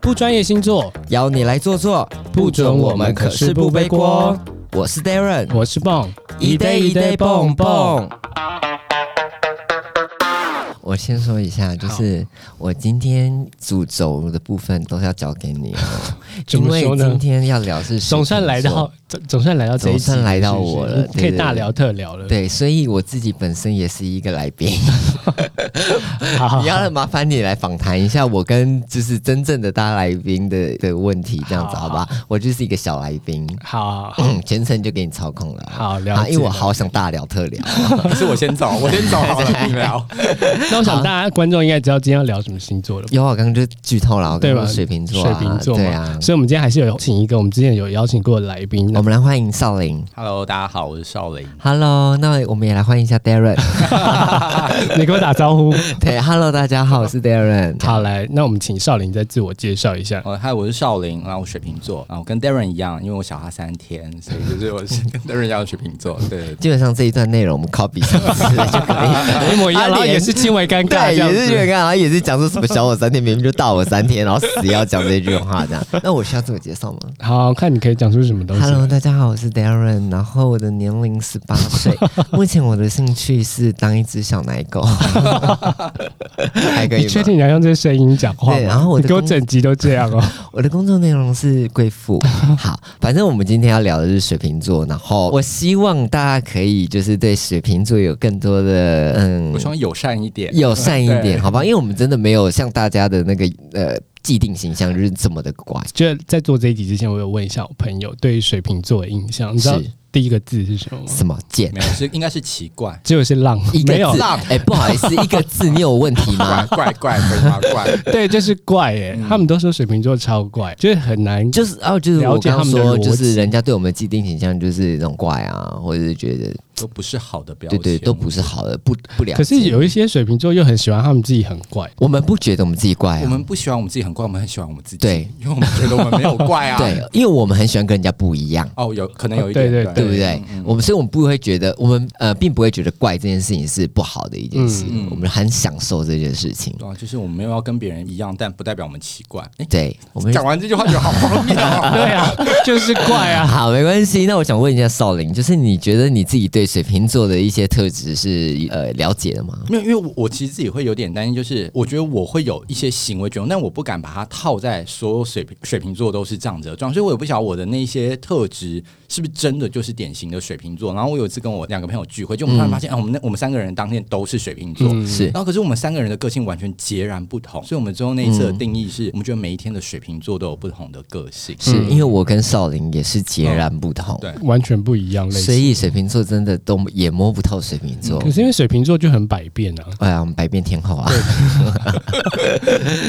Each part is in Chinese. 不专业星座，邀你来坐坐，不准我们可是不背锅。我是 Darren，我是棒，蹦蹦。我先说一下，就是我今天主轴的部分都是要交给你哦， 怎因么为说今呢？天要聊是总算来水瓶座到，总总算来到这一集，总算来到我是了不是对可以对大对聊特聊了。，对，所以我自己本身也是一个来宾，好好你要麻烦你来访谈一下我跟就是真正的大来宾的的问题，这样子好好不好？我就是一个小来宾，好好嗯，全程就给你操控了。好了啊，解。因为我好想大聊特聊，还是我先找，我先找好了，你聊。那我想大家观众应该知道今天要聊什么星座了吧。有啊我刚刚就剧透了，我刚对刚吧？说水瓶座、啊，水瓶座嘛对啊。哦所以我们今天还是有请一个我们之前有邀请过的来宾 我，们来欢迎少林 Hello，大家好，我是少林。 ，Hello，那我们也来欢迎一下 Darren，你给我打招 呼。对，Hello，大家好，我是 Darren，好，来，那我们请少林再自我介绍一 下。哦，嗨，我是少林，然后我水瓶座，然后我跟 Darren 一样，因为我小他三天，所以就是我是跟 Darren 一样的水瓶座。对，基本上这一段内容我们 copy 上 次就可以了。哎一模一样，他然后连也是轻微尴尬这对，样也是子。觉得尴尬，然后也是讲说什么小我三天，明明就大我三天，然后死要讲这句话这样。那我需要自我介绍吗好看，你可以讲出什么东西来。 ？Hello，大家好，我是 Darren，然后我的年龄十 八岁，目前我的兴趣是当一只小奶狗，还可以你吗确？定你要用这声音讲话吗？对然后我的你给我工整集都这样哦。我的工作内容是贵妇。好，反正我们今天要聊的是水瓶座，然后我希望大家可以就是对水瓶座有更多的嗯我希望友善一点。友善一点，对好吧？因为我们真的没有像大家的那个呃既定形象就是这么的怪。就在做这一集之前，我有问一下我朋友对于水瓶座的印象，你知道是第一个字是什么吗？什么贱？没有，是应该是奇怪，结果是浪一，个没有字，浪哎、不好意思，一个字你有问题怪吗？怪怪鬼马怪。对，就是怪哎、他们都说水瓶座超怪，就是很难。嗯就是哦，就是我了解刚他刚们的说，逻辑就是人家对我们的既定形象就是那种怪啊，或者是觉得都不是好的标对签，对都不是好的，不不了解。可是有一些水瓶座又很喜欢他们自己很怪，我们不觉得我们自己怪我啊们，不喜欢我们自己很怪，我们很喜欢我们自己，对，因为我们觉得我们没有怪啊。，对，因为我们很喜欢跟人家不一样。哦，有可能有一对点，对对不对嗯？嗯我们所以我们不会觉得，我们呃，并不会觉得怪这件事情是不好的一件事，嗯嗯我们很享受这件事情。对啊，就是我们没有要跟别人一样，但不代表我们奇怪。哎，对，我们讲完这句话就好荒谬哦。对啊，就是怪 啊。好，没关系。那我想问一下少林，就是你觉得你自己对水瓶座的一些特质是呃了解的吗？没有，因为我我其实自己会有点担心，就是我觉得我会有一些行为举动，但我不敢把它套在所有水瓶水瓶座都是这样子的哦状态，所以我也不晓得我的那些特质是不是真的就是典型的水瓶座。然后我有一次跟我两个朋友聚会，就我们突然发现，啊，我们那我们三个人当天都是水瓶座。嗯是然后，可是我们三个人的个性完全截然不同，所以我们最后那一次的定义是，我们觉得每一天的水瓶座都有不同的个性。是、嗯因为我跟少林也是截然不同，对完全不一样类所型。以水瓶座真的都也摸不透水瓶座。可是因为水瓶座就很百变啊，哎呀，我们百变天后啊，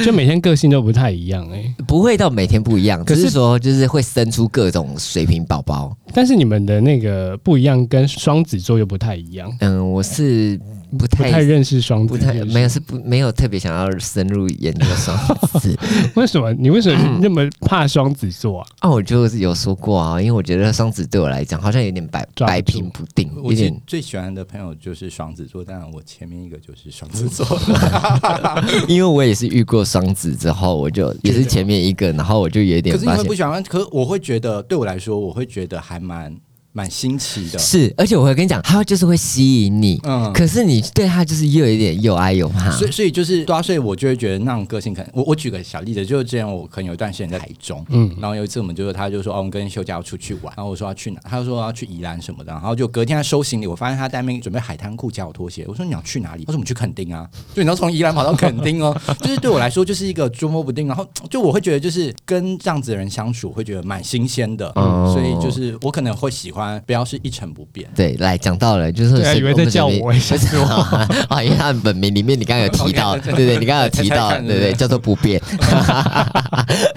就每天个性都不太一样哎、 不会到每天不一样，可只是是说就是会生出各种水瓶宝宝。但是你们的那个不一样，跟双子座又不太一样，嗯，我是不不太太认识双子不这件太事，没有是不没有特别想要深入研究双 子 为什么？你为什么那么怕双子座啊？啊，我就是有说过啊，因为我觉得双子对我来讲好像有点摆抓不摆住平不定，有我其实点最喜欢的朋友就是双子座，当然我前面一个就是双子座， 因为我也是遇过双子之后，我就也是前面一个，然后我就有点可是你发会现不喜欢，可是我会觉得，对我来说，我会觉得还蛮蛮新奇的。是，而且我会跟你讲，他就是会吸引你，嗯可是你对他就是又有一点又爱又怕。所以，所以就是对啊，所以我就会觉得那种个性，可能我我举个小例子，就是之前我可能有一段时间在台中，嗯嗯，然后有一次我们就是他就说，哦，我们跟休假要出去玩，然后我说要去哪，他就说要去宜兰什么的，然后就隔天他收行李，我发现他在那边准备海滩裤加我拖鞋，我说你要去哪里？他说我们去垦丁啊，就你要从宜兰跑到垦丁哦， 就是对我来说就是一个捉摸不定，然后就我会觉得就是跟这样子的人相处会觉得蛮新鲜的，哦所以就是我可能会喜欢不要是一成不变。对，来讲到了，就是对啊水以为在叫我们水瓶不是啊， 啊因为他的本名里面你刚刚有提 到，对对，你刚刚有提到，哦猜猜对看对，对叫做不变，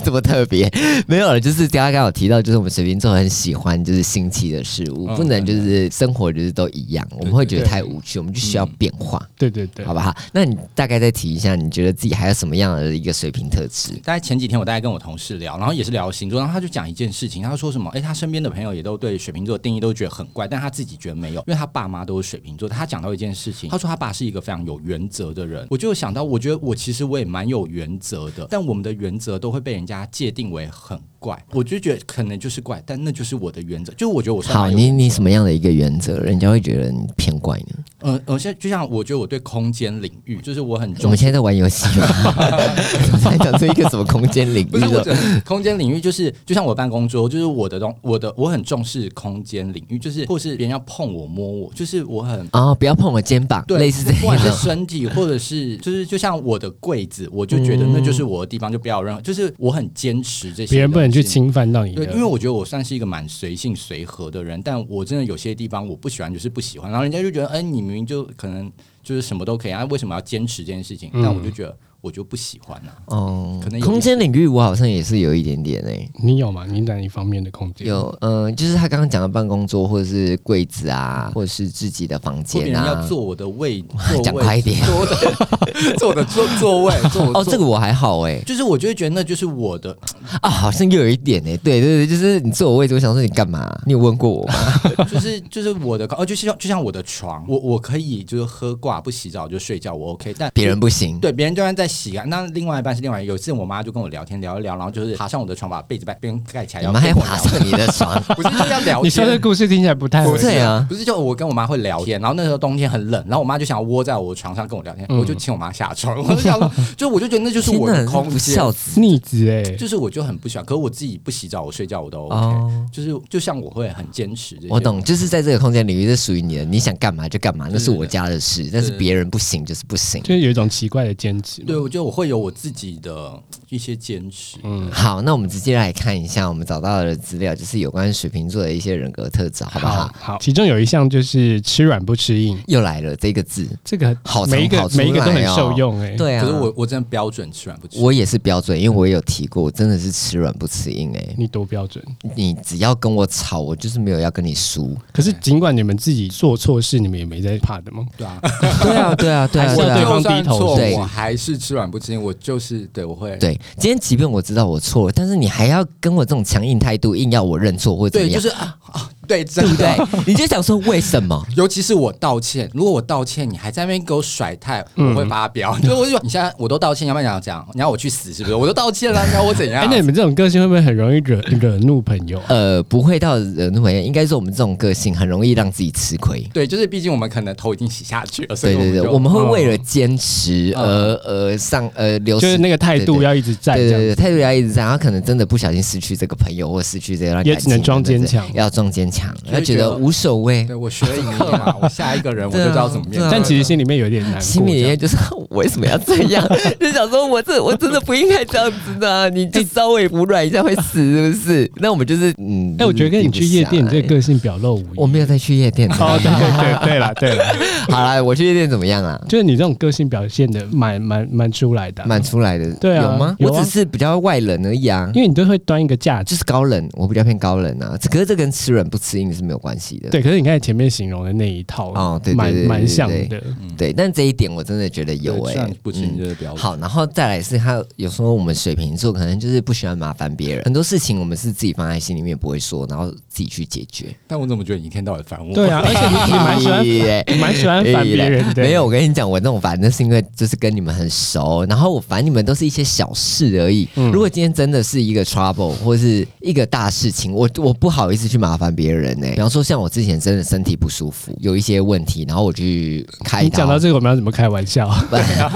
这么特别，没有了，就是刚刚有提到，就是我们水瓶座很喜欢就是新奇的事物，嗯不能就是生活就是都一样，我们会觉得对太无趣，我们就需要变化。嗯对对对好，不好？那你大概再提一下，你觉得自己还有什么样的一个水平特质？大概前几天我大概跟我同事聊，然后也是聊星座，然后他就讲一件事情，他说什么？哎，他身边的朋友也都对水瓶座我定义都觉得很怪，但他自己觉得没有，因为他爸妈都是水瓶座。他讲到一件事情，他说他爸是一个非常有原则的人，我就想到，我觉得我其实我也蛮有原则的，但我们的原则都会被人家界定为很怪，我就觉得可能就是怪，但那就是我的原则，就是我觉得我算好，蛮有你你什么样的一个原则，人家会觉得你偏怪呢？呃呃，现在就像我觉得我对空间领域，就是我很我重们现在在玩游戏 吗？我在讲这一个什么空间领域不是，我的？觉得空间领域就是，就像我办公桌，就是我的东，我的我很重视空间领域，就是或是别人要碰我、摸我，就是我很哦，不要碰我肩膀，对，类似这不管是样。身体或者是就是，就像我的柜子，我就觉得那就是我的地方，就不要有任何，就是我很坚持这些，嗯别人不能去。侵犯到你对，的。因为我觉得我算是一个蛮随性随和的人，但我真的有些地方我不喜欢，就是不喜欢。然后人家就觉得，哎、你明明就可能就是什么都可以啊，为什么要坚持这件事情？嗯但我就觉得我就不喜欢啊。哦可能有一些空间领域我好像也是有一点点诶、你有吗？你哪一方面的空间？有，嗯、就是他刚刚讲的办公桌，或者是柜子啊，或者是自己的房或别间人啊 要。坐我的位，座位讲快一点 坐我的坐我的座座 位，坐我的哦，这座个我还好诶、就是我就会觉得那就是我的，啊，好像又有一点诶、欸对对对，就是你坐我位置，我想说你干嘛？你有问过我 吗？就是就是我的，哦，就像就像我的床，我我可以就是喝挂不洗澡就睡觉，我 OK，但别人。不行。对，别人就算在洗啊，那另外一半是另外一个。有一次，我妈就跟我聊天，聊一聊，然后就是爬上我的床，把被子把边盖起来，你然们后还啊跟我爬聊上你的床？不是就是要聊 你说天的，故事听起来不太不对啊，不是就我跟我妈会聊天，然后那时候冬天很冷，然后我妈就想要窝在我床上跟我聊天，我就请我妈下床，我就想说，就我就觉得那 就嗯是天我哪，的你空不间孝，子逆子哎、就是我就很不喜欢，可是我自己不洗澡，我睡觉我都 OK，、哦！就是就像我会很坚持这些。我懂，就是在这个空间领域，这属于你的，你想干嘛就干嘛，那是我家的事，但是对别人不行就是不行。就是有一种奇怪的坚持嘛。对，我觉得我会有我自己的一些坚持。嗯，好，那我们直接来看一下我们找到的资料，就是有关水瓶座的一些人格特质，好不好？好，其中有一项就是吃软不吃硬，又来了这个字，这个好每一常个跑出来每一个都很哦受用哎、对啊，可是我我真的标准吃软不吃，我也是标准，因为我有提过，我真的是吃软不吃硬哎、你多标准。你只要跟我吵，我就是没有要跟你输。可是尽管你们自己做错事，你们也没在怕的吗？ 对啊， 对啊，对啊，对还啊，是对要对啊。方就低算头错对我还是吃软不吃硬，我就是对我会对，今天即便我知道我错了，但是你还要跟我这种强硬态度，硬要我认错或者怎对么就样，是啊啊对对真不的。对？你就想说为什么？尤其是我道歉，如果我道歉，你还在那边给我甩态，我会发飙。 就是我就说你现在我都道歉，要不然你要怎样？你要我去死是不是？我都道歉了，你要我怎哎、样？那你们这种个性会不会很容易惹惹怒朋友啊？呃，不会到惹怒朋友，应该说我们这种个性很容易让自己吃亏。对，就是毕竟我们可能头已经洗下去了，所以对对对，我们们会嗯为了坚持而而上呃流就是失。那个态对度对要一直在对这对样对，态度要一直这样，他可能真的不小心失去这个朋友，或失去这段感情，也只能装对对对坚强要装坚强，就要是觉觉得得无所谓对。我学了一年嘛，我下一个人我就知道怎么面对啊对。但其实心里面有一点难过，心里面就是我为什么要这样？就想说我这我真的不应该这样子的 啊、你就稍微服软一下会死是不是？那我们就是嗯，哎、我觉得跟你去夜店，你这个个个性表露无遗。哎我没有再去夜店。哦，对对对对啦，对啦， 好啦，我去夜店怎么样啊？就是你这种个性表现的蛮蛮蛮出来的啊、满出来的，对啊有吗？有啊我只是比较外冷而已啊，因为你都会端一个架就子。是高冷，我比较偏高冷啊。可是这跟吃软不吃硬是没有关系的。对，可是你刚才前面形容的那一套，哦对对蛮对对蛮对像对的。对，但这一点我真的觉得有哎、这样不吃你嗯这个标准。好，然后再来是他有时候我们水瓶座可能就是不喜欢麻烦别人，很多事情我们是自己放在心里面不会说，然后自己去解决。但我怎么觉得你一天到晚烦我？。对啊，而且你你蛮喜 欢，耶你蛮喜 欢烦别人的。哎没有，我跟你讲，我那种烦，那是因为就是跟你们很熟，然后我烦你们都是一些小事而已。嗯如果今天真的是一个 trouble 或是一个大事情，我我不好意思去麻烦别人欸呢、比方说像我之前真的身体不舒服，有一些问题，然后我去开你讲刀到。这个，我们要怎么开玩笑？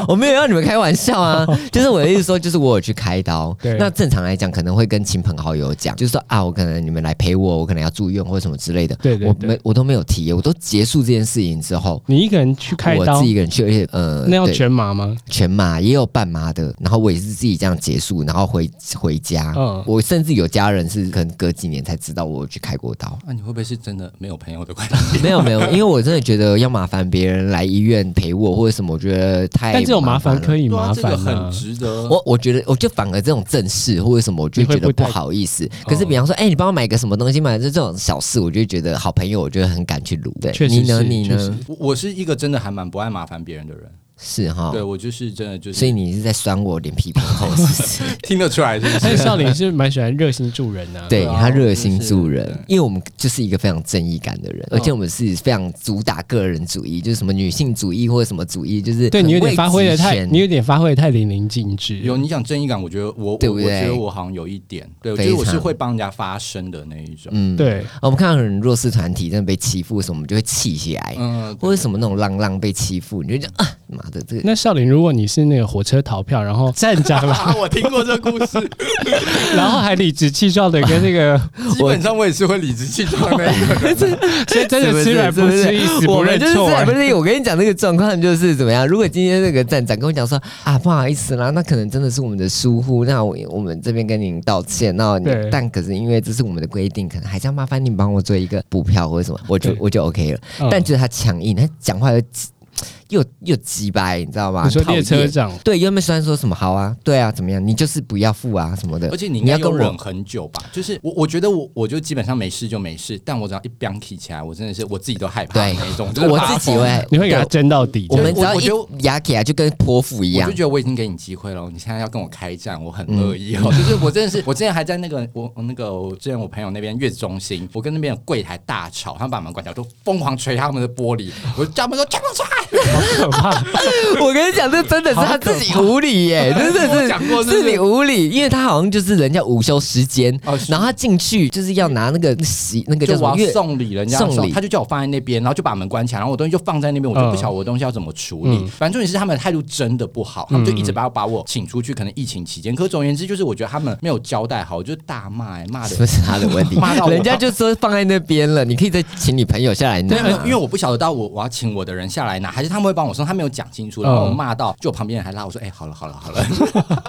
我没有让你们开玩笑啊， 就是我的意思说，就是我有去开刀对。那正常来讲，可能会跟亲朋好友讲，就是说啊，我可能你们来陪我，我可能要住院或什么之类的。对对我对没我都没有提，我都结束这件事情之后，你一个人去开我刀自己，一个人去，而且呃，那要对全麻吗？全麻也有半麻的，然后我也是自己这样结束，然后回回家。嗯我甚至有家人是可能隔几年才知道我有去开过刀 啊那、你会不会是真的没有朋友的关系？没有没有，因为我真的觉得要麻烦别人来医院陪我或者什么，我觉得太但这种麻烦哎烦了可以对啊麻这个烦很吗？值得。我我觉得，我就反而这种正事或者什么，我就你会觉得不不太好意思。可是，哦比方说，哎、你帮我买个什么东西嘛，就这种小事，我就觉得好朋友，我觉得很敢去撸。对，确实你呢？是你确实呢？我我是一个真的还蛮不爱麻烦别人的人，是哈对，我就是真的就是所以你是在酸我脸皮不厚，是不是？ 听得出来，是不但是？是少林是蛮喜欢热心助人的、啊，对对啊他热心助真的是人对，因为我们就是一个非常正义感的人，而嗯且我们是非常主打个人主义，就是什么女性主义或者什么主义，就是对很你有点为发挥的己太，权你有点发挥的太淋漓尽致。有你讲正义感，我觉得我对不我我对觉得我好像有一点，对，我非觉得我是常会帮人家发声的那一种。嗯，对，啊我们看到很弱势团体真的被欺负什么，我们就会气起来，嗯，或者什么那种浪浪被欺负，你就觉得啊，妈的这个。那少林，如果你是那个火车逃票，然 后站长来，啊，我听过这故事，然后还理直气壮的跟那 个，基本上我也是会理直气壮的那一个人。所以真的吃软不吃硬，死我不们认就是错啊。不是？我跟你讲，那个状况就是怎么样？如果今天那个站长跟我讲说啊，不好意思啦，那可能真的是我们的疏忽，那我我们这边跟您道歉。那你对但可是因为这是我们的规定，可能还是要麻烦你帮我做一个补票或者什么，我就对我就 OK 了。嗯但觉得他强硬，他讲话又又又鸡掰，你知道吗？你说讨列厌车长，对，又没虽然说什么好啊，对啊，怎么样，你就是不要付啊什么的，而且你应你该要有跟忍我。很久吧？就是我，我觉得我，我就基本上没事就没事，但我只要一 b a n k 起来，我真的是我自己都害怕的对那种。就是我发自己疯会，你会给他对啊争到底。我们只我要我觉得一牙起来就跟泼妇一我样就，觉得我已经给你机会了，你现在要跟我开战，我很乐意哦。嗯 就是我真的是，我之前还在那个我我那个我之前我朋友那边月子中心，我跟那边的柜台大吵，他们把门关掉，都疯狂捶他们的玻璃，我就叫他们说啊全部出来。 好可怕！我跟你讲，这真的是他自己无理耶，真我的讲过是是不是是你无理，因为他好像就是人家午休时间哦，是然后他进去就是要拿那个洗那个叫就什我么要月，送礼人家的时送候，礼他就叫我放在那边，然后就把门关起来，然后我东西就放在那边，我就嗯不晓得我东西要怎么处嗯理。反正重点是他们的态度真的不好，他们就一直把我把我请出去，可能疫情期间。可总而言之，就是我觉得他们没有交代好，我就大骂、欸、骂的是不是他的问题骂到？我人家就说放在那边了，你可以再请你朋友下来拿 对，。因为我不晓得到我我要请我的人下来拿，还是他们会帮我送，他没有讲清楚，然后我嗯骂到，就我旁边人还拉我说，哎、好了好了 好了，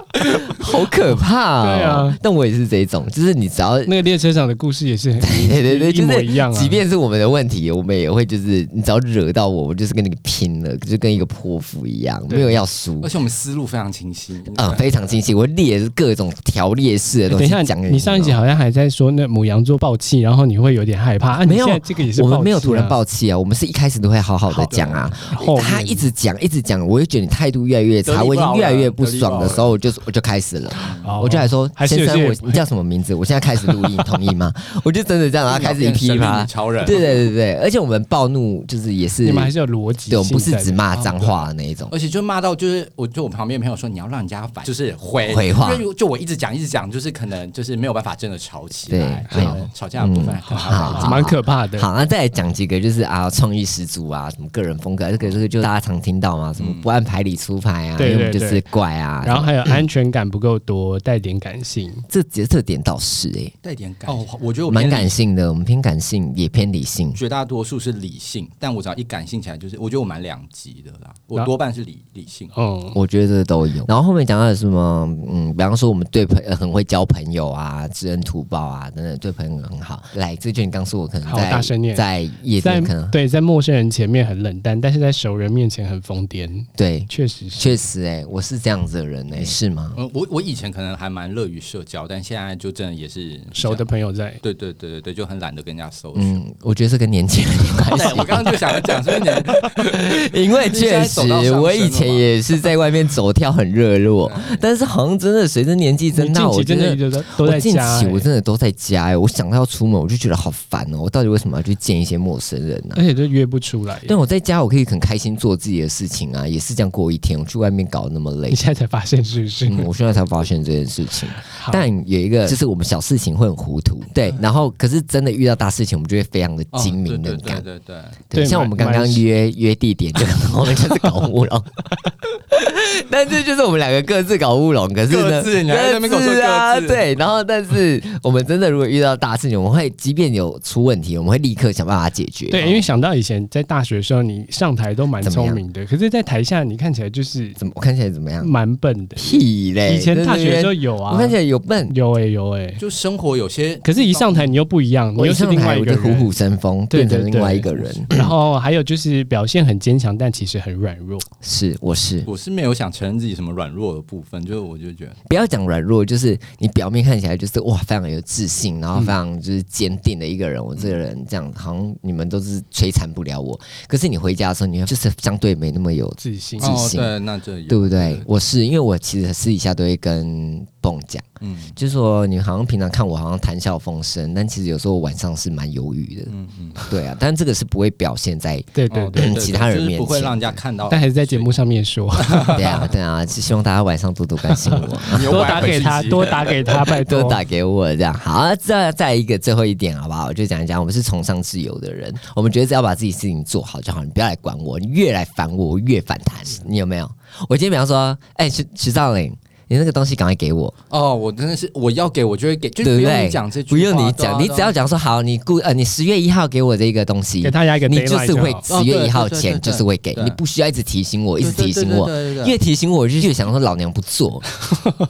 好可怕、哦！对啊，但我也是这种，就是你只要。那个列车长的故事也是很对对对，一模一样就啊是，即便是我们的问题，我们也会就是，你只要惹到我，我就是跟你拼了，就跟一个泼妇一样，对没有要输而。且我们思路非常清晰，嗯，非常清晰，我列各种条列式的东哎等一西下，讲给你上一集听哦好像还在说那母羊座暴气，然后你会有点害怕啊。你没有现在这个也是我暴气们啊没有突然，爆气啊，我们是一开始都会好好的讲啊。后面他一直讲一直讲，我就觉得你态度越来越得差，力不我已饶啊经人越来越不爽的时候，我就我就开始了，哦我就来说，啊还是先有生，些我你叫什么名字？我现在开始录音，你同意 吗？我就真的这样，然啊后开 始一噼里啪啦。超人，对对对对，而且我们暴怒就是也是你们还是有逻辑性在啊的，对，我们不是只骂脏话的那一种。而且就骂到就是，我就我旁边的朋友说你要让人家反，就是回回话因为就我一直讲一直讲，就是可能就是没有办法真的吵起来，对对对吵架的部分可能还要好再啊蛮可怕的。好，那再来讲几个，就是啊，创意十足啊，什么个人风格，这个这个就大家常听到嘛，什么不按牌理出牌啊，对对要么就是怪啊，然后还有安全感不够多，带点感性。这这这点倒是哎、带点感哦，我觉得我蛮偏感性的，我们偏感性也偏理性。绝大多数是理性，但我只要一感性起来，就是我觉得我蛮两极的啦，我然后多半是理理性。嗯，我觉得这都有，然后后面讲到有什么，嗯，比方说我们对朋、呃很会交朋友啊，知恩图报啊，等等，对朋友很好。来，这就你刚说我可能好在大声念在夜在店可能对在陌生人前面很冷淡，但是在熟人面前很疯癫，对，确实是。确实哎、我是这样子的人哎、是吗？嗯，我我以前可能还蛮乐于社交，但现在就真的也是熟的朋友在，对对对对对，就很懒得跟人家搜寻。嗯，我觉得这跟年轻人有关系。 对，我刚刚就想讲，所以 你因为哦你现确在实走到上，升我以前也是在外面走跳很热络，但是好像真的随着年纪增你大，近我期觉真的得一直都都我在近家、期我欸真的都在家、欸，我想到要出门，我就觉得好烦哦、我到底为什么要去见一些陌生人呢、欸而且都约不出来。但我在家，我可以很开心做自己的事情啊，也是这样过一天。我去外面搞那么累 你，现在才发现是不是？嗯，我现在才发现这件事情。好 嗯但有一个就是我们小事情会很糊涂，对，然后可是真的遇到大事情，我们就会非常的哦精对明对能对干。对对，对，对像我们刚刚蛮约约地点， 就我们就是搞乌龙， 但这就是我们两个各自搞乌龙，可是呢，各自你还在那边跟我说各啊，各自对，然后但是我们真的如果遇到大事情，我们会即便有出问题，我们会立刻想办法解决。哦对，因为想到以前在大学的时候，你上台都蛮怎么样聪明的，可是，在台下你看起来就是怎么我看起来怎么样？蛮笨的。屁题嘞。嗯以前大学对就对对有我啊看，起来有笨，有哎、有哎、就生活有些，可是，一上台你又不一样，你我一又是上另外台一我个就虎人。虎生风，对变成对另对外一个人。然后还有就是表现很坚强，但其实很软弱。是，我是我是没有想承认自己什么软弱的部分，就是我就觉得不要讲软弱，就是你表面看起来就是哇非常有自信，然后非常就是坚定的一个人。我这个人这样，好像你们都是摧残不了我。可是你回家的时候，你就是相对没那么有自信自信哦、对，那这有对不对？我是因为我其实私底下都会跟蹦讲，嗯就是说你好像平常看我好像谈笑风生，但其实有时候我晚上是蛮忧郁的。嗯嗯，对啊，但这个是不会表现在对对哦对，其他人就是面不会前让人家看到，哦但还是在节目上面说，对啊对啊，就希望大家晚上多多关心我。你 又多歪打回给去他，接多打给他，拜托 都。打给我哦这样。好，再再一个最后一点好不好？我就讲一讲，我们是崇尚自由的人，我们觉得只要把自己事情做好就好，你不要来管我，你越来烦我，我越反弹，你有没有？我今天比方说，哎、徐徐兆林。你那个东西赶快给我， 哦，我真的是我要给我就会给，就对不不用对？你讲这句不话，用你对啊讲，你只要讲说好，你故呃，你十月一号给我这个东西给，大家一个你就 deadline 是会好十月一号哦对对对前对就是会给对你，不需要一直提醒我，一直提醒我，对对对对对对越提醒我我就越想说老娘不做，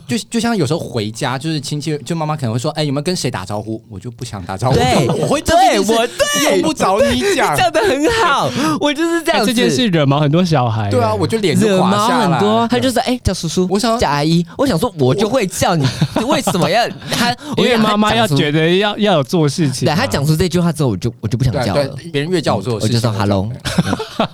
就就像有时候回家，就是亲戚，就妈妈可能会说：“哎、有没有跟谁打招呼？”我就不想打招呼，对我会对我对，用不着你讲，讲的很好，我就是这样哎子。这件事惹毛很多小孩。哎对啊，我就脸就惹垮毛下来。很多，他就是哎、叫叔叔，我想叫阿姨，我想说我就会叫 你，为什么要哎他？因为妈妈要得，觉得要要有做事情对啊，他讲出这句话之后，我就我就不想对啊叫了。嗯对，别人越叫我做的我事情，就说 hello，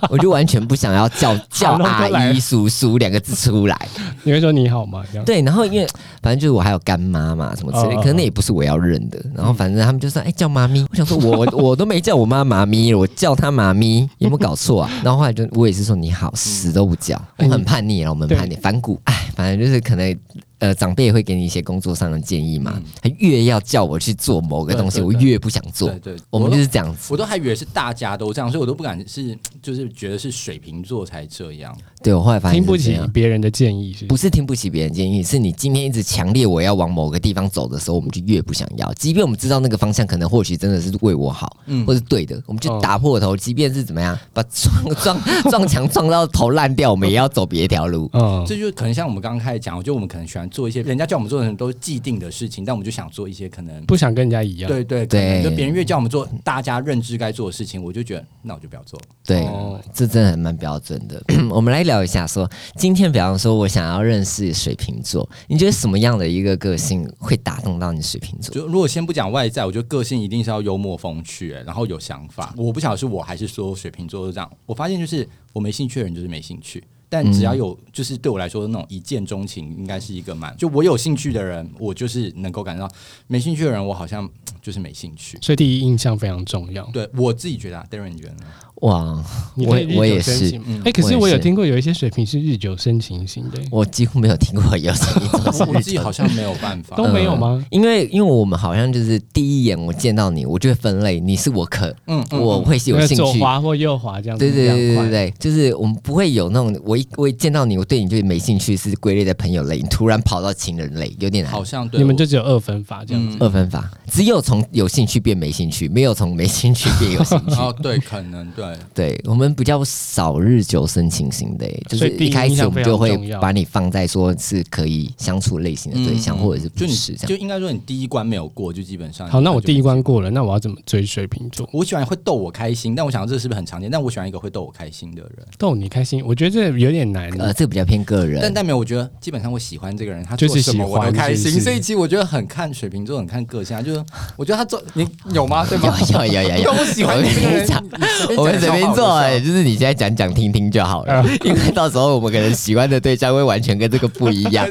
我 就完全不想要叫 Hello 叫都来阿了姨、叔叔两个字出来。你会说你好吗？这样对，然后因为反正就是我还有干妈嘛什么之类，哦哦嗯可能那也不是我要认的。然后反正他们就说，哎、叫妈咪。我想说我，我我都没叫我妈妈咪，我叫她妈咪，有没有搞错啊？然后后来就我也是说你好，死都不叫，我很叛逆了，我们哎对叛逆反骨。哎，反正就是可能。呃，长辈也会给你一些工作上的建议嘛，嗯他越要叫我去做某个东西，对对我对越不想做对。对，我们就是这样子，我都还以为是大家都这样，所以我都不敢是，就是觉得是水瓶座才这样。对我后来发现听不是这起样别人的建议是不不是？是听不起别人建议，是你今天一直强烈我要往某个地方走的时候，我们就越不想要。即便我们知道那个方向可能或许真的是为我好，嗯或是对的，我们就哦打破头。即便是怎么 样，把撞撞撞墙撞到头烂掉，我们也要走别条哦路。嗯，这就可能像我们刚刚开始讲，我觉得我们可能喜欢做一些人家叫我们做的都是既定的事情，但我们就想做一些可能。不想跟人家一样。对对对可能就别人越叫我们做大家认知该做的事情，我就觉得那我就不要做了。对，哦这真的还蛮标准的。 我们来聊一下说今天比方说我想要认识水瓶座，你觉得什么样的一个个性会打动到你水瓶座？就如果先不讲外在，我觉得个性一定是要幽默风趣、欸然后有想法。嗯我不晓得是我还是说水瓶座都这样。我发现就是我没兴趣的人就是没兴趣，嗯但只要有、就是对我来说那种一见钟情，应该是一个蛮就我有兴趣的人，我就是能够感觉到；没兴趣的人，我好像就是没兴趣。所以第一印象非常重要。对我自己觉得、啊、，Darren 你觉得呢？哇，你可以我日我久也生是情嗯哎，可我也是我有是听过有一些水平是日久生情型的，欸我几乎没有听过有什么一种是 我自己好像没有办 法。嗯都没有吗？呃因为因为我们好像就是第一眼我见到你，我就会分类，你是我可、嗯嗯，我会有那兴左趣。滑或右滑这样子对比对较快，对对对，就是我们不会有那种我一我一见到你，我对你就没兴趣，是归类在朋友类，你突然跑到情人类，有点难好。像对你们我就嗯只有二分法这样子。二分法，只有从有兴趣变没兴趣，没有从没兴趣变有 兴趣。哦，对，可能对。对我们比较少日久生情型的、欸就所是以第一一开印始象我们非就常会重要嗯把你放在说是可以相处类型的对象，或者是嗯不就你是这样。就应该说你第一关没有过，就基本上好，那我嗯就第一关过了，那我要怎么追水瓶座？我喜欢会逗我开心，但我想这是不是很常见？但我喜欢一个会逗我开心的人，逗你开心，我觉得这有点难。欸呃，这个比较偏个人。但但没有，我觉得基本上我喜欢这个人，他就做是什么喜我欢都开是心。不是所以其实我觉得很看水瓶座，很看个性啊。就是我觉得他做你有吗？对吗？有 有有有有因 为我喜欢你这个人， 我们随便 做、哎，哎，就是你现在讲讲听听就好了，因为到时候我们可能喜欢的对象会完全跟这个不一样。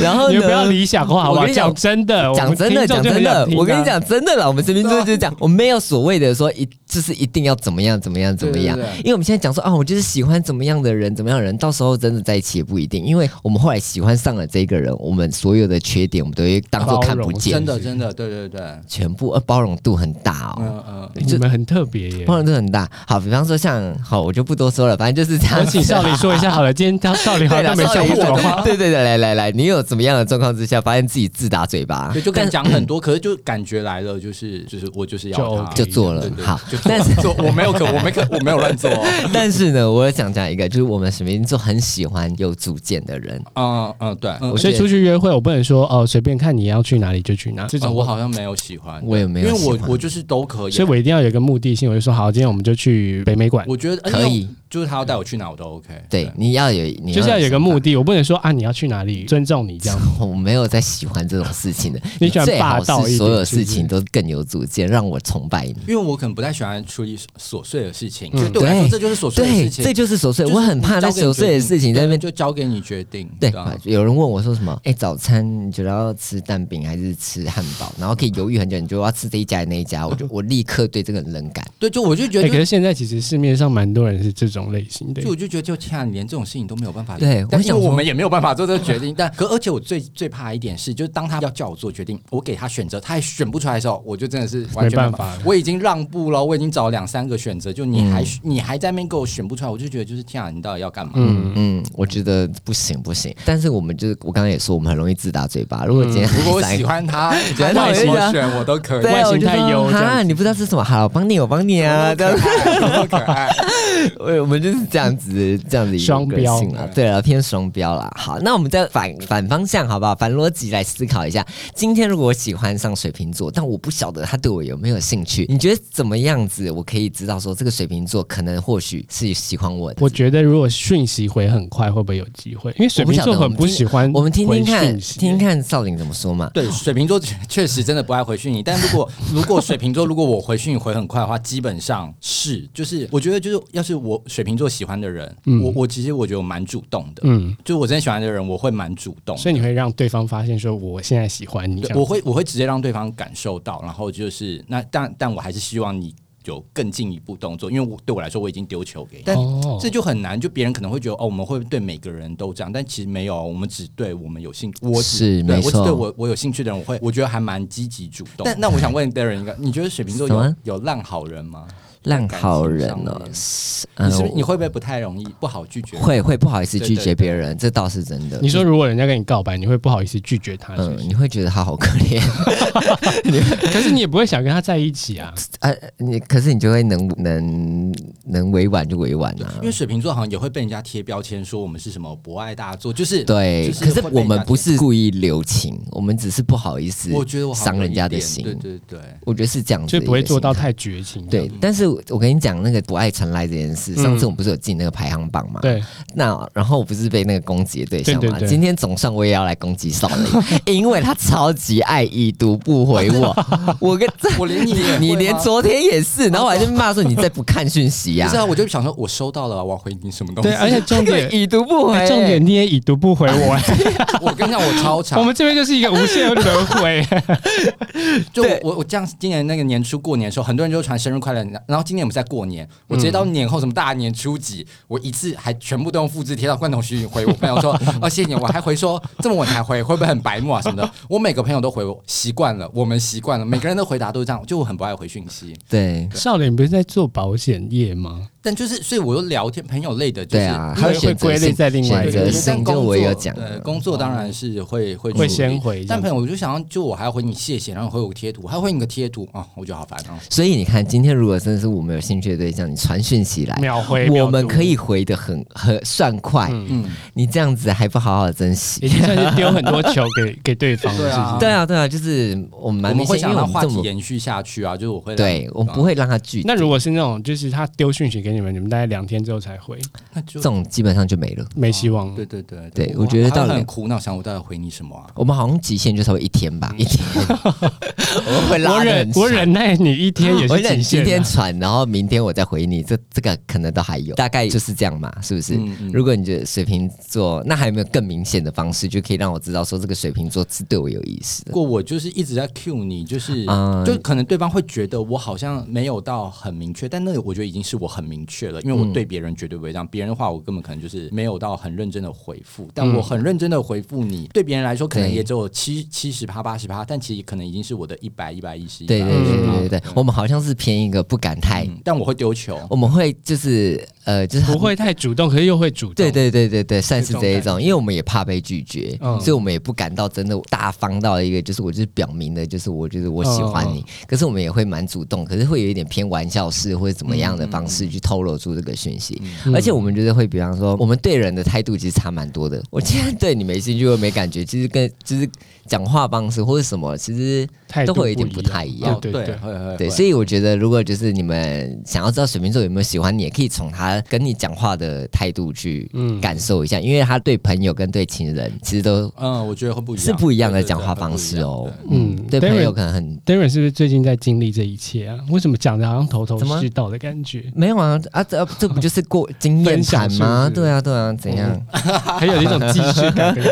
然后 你呢们不要理想化，好我吧？跟你讲讲真的，我讲们真的，听讲众就真很想的听，啊我跟你，讲真的了，我们身边就是这样，我没有所谓的说一就是一定要怎么样怎么样怎么样对对对，因为我们现在讲说啊，我就是喜欢怎么样的人，怎么样的人，到时候真的在一起也不一定，因为我们后来喜欢上了这个人，我们所有的缺点我们都会当做看不包容见真，的真的，对对对，全部呃包容度很大哦。嗯嗯。你们很特别耶包。容度很大，好，比方说像好，我就不多说了，反正就是这 样我子。请少林说一下好了，今天他少林好对啦像都没少笑林过说我话。对对对，来来来，你有怎么样的状况之下，发现自己自打嘴巴对，？就跟讲很多，可是就感觉来了，就是就是我就是要就他嗯就做了对对好就做但是我没有可我没可我没有乱做哦，但是呢，我想讲一个，就是我们水瓶就很喜欢有主见的人。嗯嗯，对，嗯所以出去约会，我不能说哦，随便看你要去哪里就去哪。这呃种我，好像没有喜欢，我也没有因为喜我欢我就是都可以，啊所以我一定要有一个目的性。我就说好，今天我们就去北美馆，我觉得可以，呃就是他要带我去哪我都 OK。对，你要有，你就是要有一个想法目。的。我不能说啊，你要去哪里，尊重你这样。我没有在喜欢这种事情的，你喜欢最好霸道一点是所有是不是事情都更有主见，让我崇拜你。因为我可能不太喜欢处理琐碎的事情，嗯就对我来说对这就是琐碎的对，事情。这就是琐碎，就是我很怕那交给琐你碎的决定事情在那边。就交给你决定。对啊，有人问我说什么？哎、早餐你觉得要吃蛋饼还是吃汉堡？然后可以犹豫很久，你觉得我要吃这一家还是那一家？我就我立刻对这个人冷感。对，就我就觉哎、得可是现在其实市面上蛮多人是这种类型的就。我就觉得，就天啊，你连这种事情都没有办法。对我但因想为说我们也没有办法做这个决定。但可而且我最最怕一点是，就是当他要叫我做决定，我给他选择，他还选不出来的时候，我就真的是完全没办法法了。我已经让步了，我已经找了两三个选择，就你还、嗯你还在那边给我选不出来，我就觉得就是天啊，你到底要干嘛？嗯，嗯，我觉得不行不行。但是我们就是我刚刚也说，我们很容易自打嘴巴。如果今天如果我三喜个欢他，得他让我我就觉得选我都可以。对，外我形就太说优这样哈，你不知道是什么，好，我帮你，我帮你啊，这样子。多可爱！我我们就是这样子，这样子一个双标个性啊，对了，偏双标啦。好，那我们再反反方向好不好？反逻辑来思考一下。今天如果我喜欢上水瓶座，但我不晓得他对我有没有兴趣，你觉得怎么样子？我可以知道说这个水瓶座可能或许是喜欢我的。我觉得如果讯息回很快，会不会有机会？因为水瓶座很不喜欢我们听回听看，讯息听听看少林怎么说嘛。 对，水瓶座确确实真的不爱回讯你，但如果如果水瓶座如果我回讯你回很快的话，基本上是就是我觉得就是要是我水瓶座喜欢的人，嗯我我其实我觉得我蛮主动的，嗯，就是我真的喜欢的人，我会蛮主动的所以你会让对方发现说我现在喜欢你这对样。我会我会直接让对方感受到，然后就是那但但我还是希望你有更进一步动作，因为我对我来说我已经丢球给你。但哦这就很难，就别人可能会觉得哦，我们会对每个人都这样，但其实没有，我们只对我们有兴趣，我只是没对我只错对我我有兴趣的人，我会我觉得还蛮积极主动。但那我想问 Darren 一个，你觉得水瓶座什么有有烂好人吗？烂好人哦感情，是你是不嗯是你会不会不太容易不好拒绝？会会不好意思拒对对绝别人，这倒是真的。你说如果人家跟你告白，你会不好意思拒绝他，是嗯不，是你会觉得他好可怜。可是你也不会想跟他在一起啊。呃，你可是你就会能能能委婉就委婉啊因。为水瓶座好像也会被人家贴标签，说我们是什么博爱大作，就是对，就是可是会被人家我们不贴是故意留情，我们只是不好意思，我觉得我好像伤人家的有一点心。对嗯对对，我觉得是这样子，就不会做到。太绝情。啊对，但是我我跟你讲那个不爱传来这件事，上次我不是有进那个排行榜嘛？。嗯对，那然后我不是被那个攻击的对象嘛？对对对今天总算我也要来攻击少林， 因为他超级爱已读不回我，我跟这我 连你也会 你连吗昨天也是，然后我还在骂说你再不看讯息呀、不是啊，我就想说，我收到了，我要回你什么东西？对，而且重点，已读不回、哎重点你也已读不回我，哎我跟你讲，我超长 我，们这边就是一个无限轮回。哎就对我我这样，今年那个年初过年的时候，很多人就传生日快乐，然后今年我们在过年，我直接到年后什么大年初几，我一次还全部都用复制贴到罐头徐回我朋友 说，哦谢谢你，我还回说这么晚才回，会不会很白目啊什么的？我每个朋友都回我，习惯了，我们习惯了，每个人的回答都是这样，就我很不爱回讯息，对少年不是在做保险业吗？ 但就是所以我又聊天朋友类的，就对是啊，会还有选择会归类性在另外选一择个性，就我也有讲对，工作当然是会会会处理先回但朋友我就想要，就我还要回你谢谢，然后回我个贴图，还要回你个贴图啊、我觉得好烦哦。所以你看，今天如果真的是我们有兴趣的对象，你传讯息来，秒回，哎我秒们读可以回的很很算快。嗯，你这样子还不好好珍惜已？经算是丢很多球给给对方对了，是啊不是？对啊，对啊，就是我们我蛮们明会显，因想为让我们话这题么延续下去啊，就是我会让，对，我们不会让他拒。那如果是那种，就是他丢讯息给你们，你们大概两天之后才回，那就这种基本上就没了。没希望。对对对对我觉得到还会了很苦恼，想我到底回你什么啊？我们好像极限就稍微一天吧，嗯 一天。我会拉我得忍很，我忍耐你一天也哦我是忍极今限天啊。传，然后明天我再回你，这这个可能都还有，大概就是这样嘛，是不是？嗯嗯如果你觉得水瓶座，那还有没有更明显的方式，就可以让我知道说这个水瓶座是对我有意思不的？过我就是一直在 cue 你，就是、嗯就可能对方会觉得我好像没有到很明确，但那个我觉得已经是我很明确了，因为我嗯对别人绝对不会这样，别人的话我根本可能就是没有到很认真的回复，但我很认真的回复你，对别人来说可能嗯对也只有七七十啊趴八十趴，但其实可能已经是我的一百一百一十一。对嗯对120对趴对对对，我们好像是偏一个不敢态。嗯但我会丢球，我们会就是呃，就是很 不会太主动，可是又会主动。对对对对对，算是这一这种种，因为我们也怕被拒绝，嗯所以我们也不敢到真的大方到一个，就是我就是表明的，就是我就是我喜欢你。可是我们也会蛮主动，可是会有一点偏玩笑式或者怎么样的方式去透露出这个讯息。嗯而且我们就是会，比方说，我们对人的态度其实差蛮多的。我今天对你没兴趣或没感觉，其实跟就是讲话方式或者什么，其实态度都会有一点不不一样太一样对。哦对对会会对，会所以我觉得，如果就是你们想要知道水瓶座有没有喜欢你，也可以从他跟你讲话的态度去嗯感受一下，因为他对朋友跟对情人其实都嗯，我觉得会不一样，是不一样的对对对讲话会方不一式样哦对。嗯嗯，对待会朋友可能很 Darren 是不是最近在经历这一切啊？为什么讲的好像头头是道的感 觉？没有啊啊，这这不就是过经验分享谈是不吗？是对啊，对啊，怎样？嗯还有一种既视感 跟。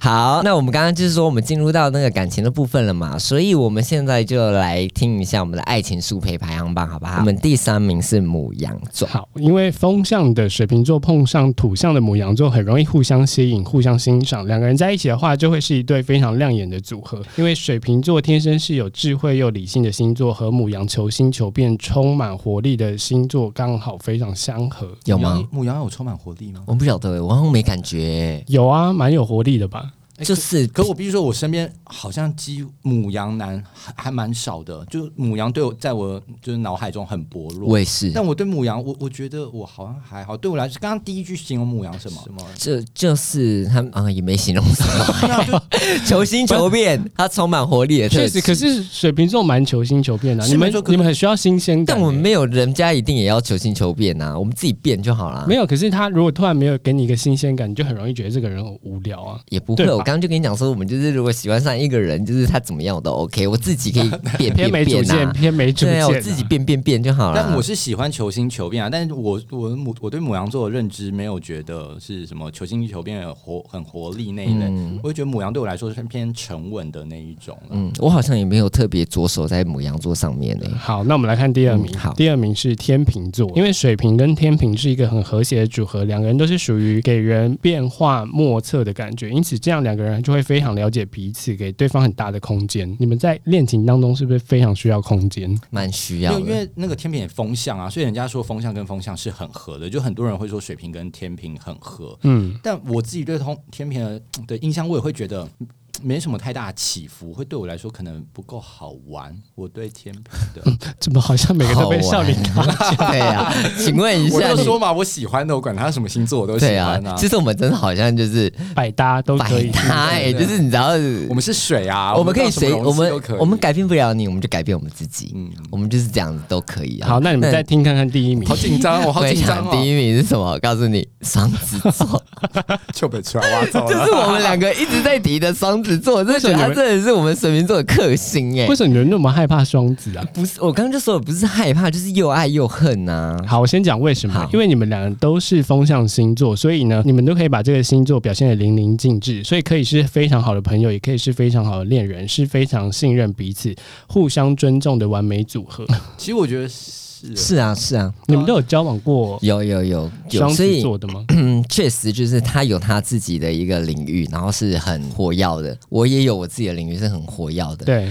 好，那我们刚刚就是说我们进入到那个感情的部分了嘛，所以我们现在就来听一下我们的爱情速配排行榜，好不好？我们第三名是母羊座，好，因为风象的水瓶座碰上土象的母羊座，很容易互相吸引、互相欣赏。两个人在一起的话，就会是一对非常亮眼的组合。因为水瓶座天生是有智慧又理性的星座，和母羊求新求变、充满活力的星座刚好非常相合。有母吗羊？母羊有充满活力吗？我不晓得，我好像没感觉、有啊，蛮有活力的吧？就是哎可我必须说，我身边好像鸡母羊男还还蛮少的，就母羊对我在我就是脑海中很薄弱我。也是，但我对母羊，我我觉得我好像还好。对我来说，刚刚第一句形容母羊什么什么，这就是他们啊，也没形容什 啊么，求新求变，他充满活力的特确实，质。可是水瓶座蛮求新求变的啊、是你们没错可是你们很需要新鲜感、欸但我们没有，人家一定也要求新求变啊呐、我们自己变就好啦。没有，可是他如果突然没有给你一个新鲜感，你就很容易觉得这个人很无聊啊。也不会，对吧我刚刚就跟你讲说，我们就是如果喜欢上一个人，就是他怎么样我 都 OK，我自己可以偏变变没主变见，啊，偏没主对见、啊，我自己。变变变就好了。但我是喜欢求新求变啊。但是我我母我对母羊座的认知没有觉得是什么求新求变、活很活力那一类。嗯我就觉得母羊对我来说是偏沉稳的那一种了。嗯，我好像也没有特别着手在母羊座上面欸呢、好，那我们来看第二名。嗯好第二名是天秤座，因为水瓶跟天秤是一个很和谐的组合，两个人都是属于给人变化莫测的感觉，因此这样两个人就会非常了解彼此，给对方很大的空间。你们在恋情当中是不是非常需要空间？蛮需因要为因的。为那个天平也风向啊，所以人家说风向跟风向是很合的，就很多人会说水瓶跟天平很合，嗯，但我自己对通天平的的印象，我也会觉得嗯没什么太大的起伏，会对我来说可能不够好玩。我对天平 的，怎么好像每个都被少林好玩 对啊，请问一我下就你，说嘛，我喜欢的，我管他什么星座我都喜对啊欢，啊。其实我们真的好像就是百搭都可百以？搭哎、对就是你知道，我们是水啊，我们可以到什随么容器我们都可以我们改变不了你，我们就改变我们自己，嗯我们就是这样子都可以啊。好，那你们再听看看第一嗯名好。紧张，我好我紧想张 哦，第一名是什么？我告诉你，双子座， 就被出来挖走这 了。是我们两个一直在提的双子座，这觉得它为什么你们真的是我们水瓶座的克星哎、为什么你们那么害怕双子啊？不是，我刚刚就说了，不是害怕，就是又爱又恨呐、好，我先讲为什么好，因为你们两个都是风象星座，所以呢，你们都可以把这个星座表现得淋漓尽致，所以可以是非常好的朋友，也可以是非常好的恋人，是非常信任彼此、互相尊重的完美组 合。其实我觉得是是啊，是啊，你们都有交往过有有有有，双所子以座的 吗？嗯，确实就是他有他自己的一个领域，然后是很火药的。我也有我自己的领域是很火药的。，对，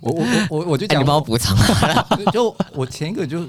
我我我我我就哎、讲你帮我补偿。就我前一个就